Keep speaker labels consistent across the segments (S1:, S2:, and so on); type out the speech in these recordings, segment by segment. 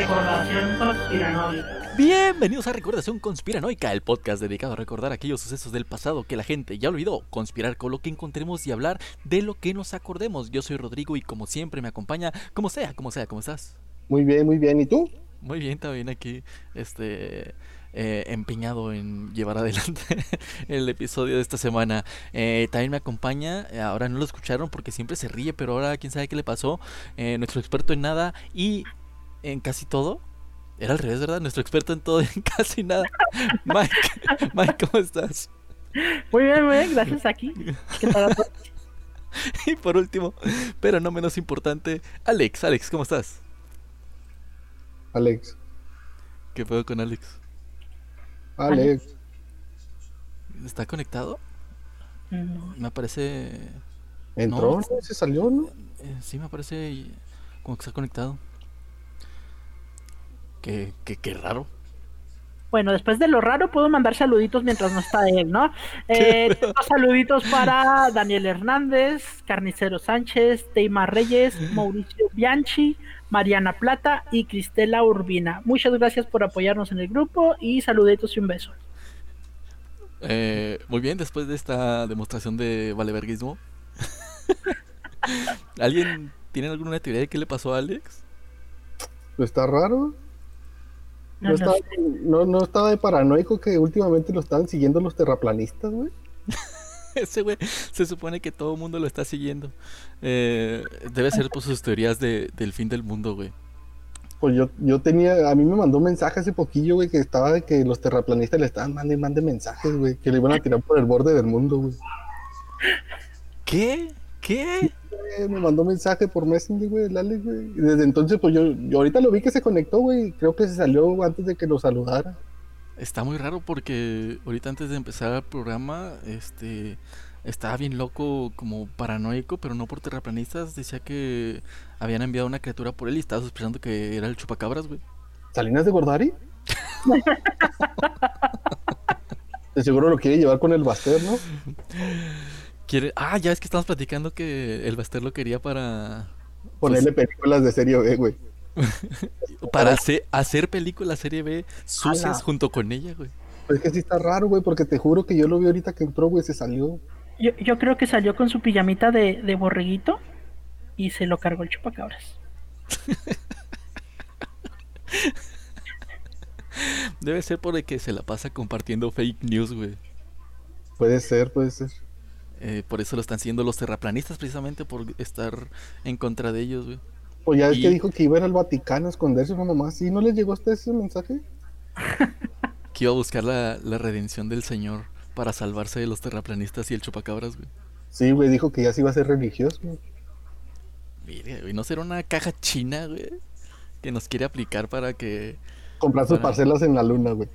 S1: Recordación conspiranoica.
S2: Bienvenidos a Recordación Conspiranoica, el podcast dedicado a recordar aquellos sucesos del pasado que la gente ya olvidó, conspirar con lo que encontremos y hablar de lo que nos acordemos. Yo soy Rodrigo y como siempre me acompaña, como sea, como sea, ¿cómo estás?
S3: Muy bien, muy bien. ¿Y tú?
S2: Muy bien, también aquí, este, eh, empeñado en llevar adelante el episodio de esta semana. Eh, también me acompaña, eh, ahora no lo escucharon porque siempre se ríe, pero ahora quién sabe qué le pasó, eh, nuestro experto en nada y en casi todo. Era al revés, ¿verdad? Nuestro experto en todo y en casi nada. Mike, Mike, ¿cómo estás?
S4: Muy bien, muy bien, gracias aquí. ¿Qué tal a todos?
S2: Y por último, pero no menos importante, Alex, Alex, ¿cómo estás?
S3: Alex.
S2: ¿Qué pedo con Alex?
S3: Alex.
S2: ¿Está conectado?
S4: No.
S2: Me aparece...
S3: ¿Entró? ¿no? ¿Se salió? ¿no?
S2: eh, Sí, me aparece como que está conectado. Qué, qué, qué raro.
S4: Bueno, después de lo raro puedo mandar saluditos mientras no está él, ¿no? Eh, tengo saluditos para Daniel Hernández, Carnicero Sánchez, Teima Reyes, Mauricio Bianchi, Mariana Plata y Cristela Urbina. Muchas gracias por apoyarnos en el grupo y saluditos y un beso.
S2: Eh, muy bien, después de esta demostración de valeverguismo. ¿Alguien tiene alguna teoría de qué le pasó a Alex?
S3: Pues ¿Está raro?
S4: No,
S3: No,
S4: no
S3: estaba,
S4: sé.
S3: no, no estaba de paranoico que últimamente lo están siguiendo los terraplanistas, güey.
S2: Ese güey se supone que todo el mundo lo está siguiendo. Eh, debe ser por sus teorías de- del fin del mundo, güey.
S3: Pues yo, yo tenía, a mí me mandó un mensaje hace poquillo, güey, que estaba de que los terraplanistas le estaban mande y mande mensajes, güey, que le iban a tirar por el borde del mundo, güey.
S2: ¿Qué? ¿Qué?
S3: Eh, Me mandó mensaje por Messenger, güey, el Alex, güey. Y desde entonces, pues yo, yo ahorita lo vi que se conectó, güey, y creo que se salió antes de que lo saludara.
S2: Está muy raro porque ahorita antes de empezar el programa, este, estaba bien loco, como paranoico, pero no por terraplanistas. Decía que habían enviado una criatura por él y estaba sospechando que era el chupacabras, güey.
S3: ¿Salinas de Gordari? de seguro lo quiere llevar con el Baster, ¿no?
S2: Quiere... Ah, ya es que estamos platicando que el Baster lo quería para...
S3: Ponerle películas de serie B, güey.
S2: Para hacer, hacer películas serie B sucias
S3: Ala.
S2: junto con ella, güey.
S3: Pues es que sí está raro, güey, porque te juro que yo lo vi ahorita que entró, güey, se salió.
S4: Yo, yo creo que salió con su pijamita de, de borreguito y se lo cargó el chupacabras.
S2: Debe ser por el que se la pasa compartiendo fake news, güey.
S3: Puede ser, puede ser.
S2: Eh, por eso lo están siendo los terraplanistas, precisamente por estar en contra de ellos, güey.
S3: Pues ya es que
S2: Y-
S3: dijo que iba a ir al Vaticano a esconderse una mamá. ¿Sí no les llegó a usted ese mensaje?
S2: Que iba a buscar la, la redención del Señor para salvarse de los terraplanistas y el chupacabras, güey.
S3: Sí, güey, dijo que ya se iba a ser religioso. güey.
S2: Mire, güey, ¿no será una caja china, güey? Que nos quiere aplicar para que...
S3: Comprar sus
S2: Para-
S3: parcelas en la luna, güey.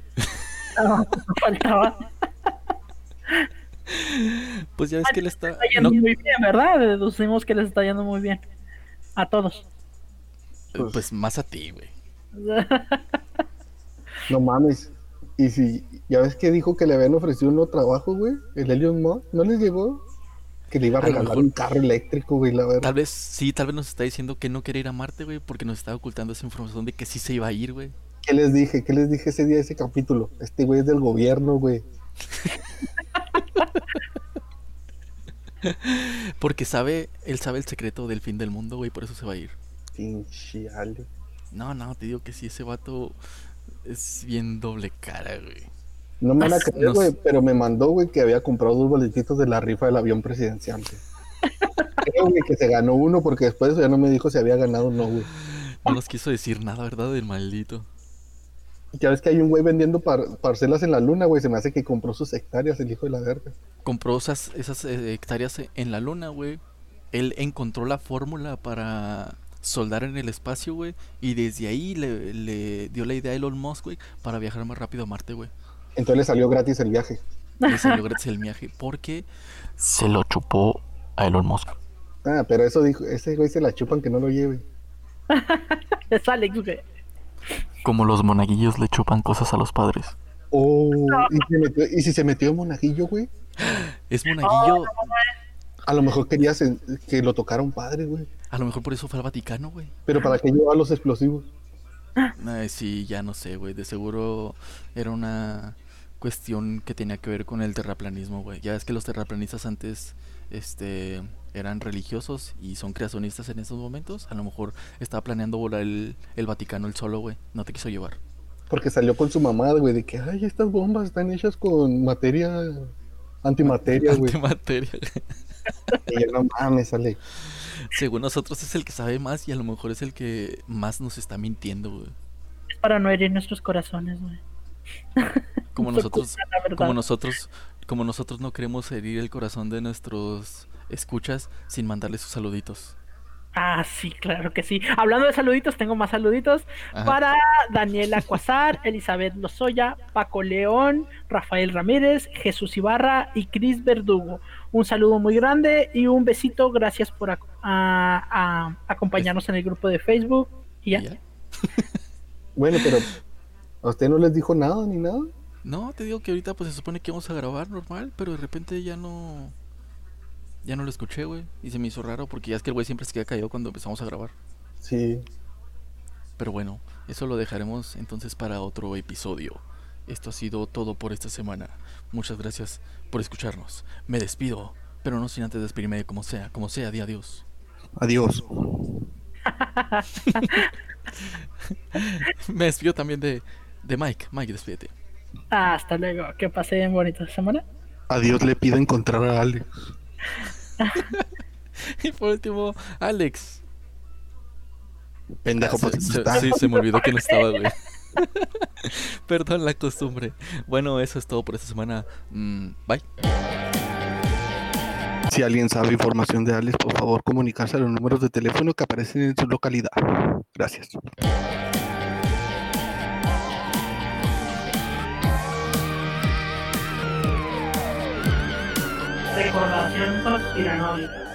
S4: No, faltaba.
S2: Pues ya ves que él está...
S4: está yendo
S2: no-
S4: muy bien, ¿verdad? Deducimos que les está yendo muy bien. A todos.
S2: pues más a ti, güey.
S3: No mames. Y si ya ves que dijo que le habían ofrecido un nuevo trabajo, güey, el Elon Musk, ¿no les llegó? Que le iba a
S2: A lo
S3: regalar
S2: mejor-
S3: un carro eléctrico, güey, la verdad.
S2: Tal vez, sí, tal vez nos está diciendo que no quiere ir a Marte, güey, porque nos está ocultando esa información de que sí se iba a ir, güey.
S3: ¿Qué les dije? ¿Qué les dije ese día, ese capítulo? Este güey es del gobierno, güey.
S2: Porque sabe, él sabe el secreto del fin del mundo, güey, por eso se va a ir.
S3: Pinche Ale.
S2: No, no, te digo que sí, ese vato es bien doble cara, güey.
S3: No me la
S2: As-
S3: creer,
S2: nos-
S3: güey, pero me mandó, güey, que había comprado dos boletitos de la rifa del avión presidencial. güey. Creo, güey, que se ganó uno porque después de eso ya no me dijo si había ganado o no, güey.
S2: No nos quiso decir nada, ¿verdad? Del maldito.
S3: Ya ves que hay un güey vendiendo par- parcelas en la luna, güey. Se me hace que compró sus hectáreas, el hijo de la verga.
S2: Compró esas, esas eh, hectáreas e- en la luna, güey. Él encontró la fórmula para soldar en el espacio, güey. Y desde ahí le, le dio la idea a Elon Musk, güey, para viajar más rápido a Marte, güey.
S3: Entonces le salió gratis el viaje.
S2: Y salió gratis el viaje. Porque se lo chupó a Elon Musk.
S3: Ah, pero eso dijo, ese güey se la chupan que no lo lleve.
S4: Es Alex, güey.
S2: Como los monaguillos le chupan cosas a los padres.
S3: Oh, y, se metió- y si se metió en monajillo, güey.
S2: Es monaguillo.
S3: A lo mejor quería sen- que lo tocara un padre, güey.
S2: A lo mejor por eso fue al Vaticano, güey.
S3: Pero para que lleva los explosivos.
S2: Ay, sí, ya no sé, güey. De seguro era una cuestión que tenía que ver con el terraplanismo, güey. Ya es que los terraplanistas antes este, eran religiosos y son creacionistas en esos momentos. A lo mejor estaba planeando volar el, el Vaticano el solo, güey. No te quiso llevar.
S3: Porque salió con su mamá, güey, de que, ay, estas bombas están hechas con materia, antimateria, güey.
S2: Antimateria.
S3: Y yo, no mames, sale.
S2: Según nosotros es el que sabe más y a lo mejor es el que más nos está mintiendo, güey.
S4: Es para no herir nuestros corazones, güey.
S2: Como
S4: Fue
S2: nosotros,
S4: culpa, la verdad.
S2: como nosotros, como nosotros no queremos herir el corazón de nuestros escuchas sin mandarles sus saluditos.
S4: Ah, sí, claro que sí. Hablando de saluditos, tengo más saluditos
S2: Ajá.
S4: para Daniela Cuasar, Elizabeth Lozoya, Paco León, Rafael Ramírez, Jesús Ibarra y Cris Verdugo. Un saludo muy grande y un besito. Gracias por ac- a- a- acompañarnos en el grupo de Facebook. Y ya.
S2: ¿Y ya?
S3: Bueno, pero a usted no les dijo nada ni nada.
S2: No, te digo que ahorita pues se supone que vamos a grabar normal, pero de repente ya no ya no lo escuché, güey, y se me hizo raro porque ya es que el güey siempre se queda callado cuando empezamos a grabar.
S3: Sí.
S2: Pero bueno, eso lo dejaremos entonces para otro episodio. Esto ha sido todo por esta semana. Muchas gracias por escucharnos. Me despido, pero no sin antes despedirme de como sea, como sea, di adiós.
S1: Adiós.
S2: Me despido también de, de Mike. Mike, despídete.
S4: Hasta luego. Que pasen bonita semana.
S1: Adiós le pido encontrar a Alex.
S2: Y por último, Alex.
S1: Pendejo,
S2: Se-
S1: pues,
S2: se-
S1: está.
S2: Ah, sí, se me olvidó que no estaba, güey. Perdón la costumbre. Bueno, eso es todo por esta semana. Mm, bye.
S1: Si alguien sabe información de Alex, por favor comunicarse a los números de teléfono que aparecen en su localidad. Gracias.
S4: Recordación conspiranoica.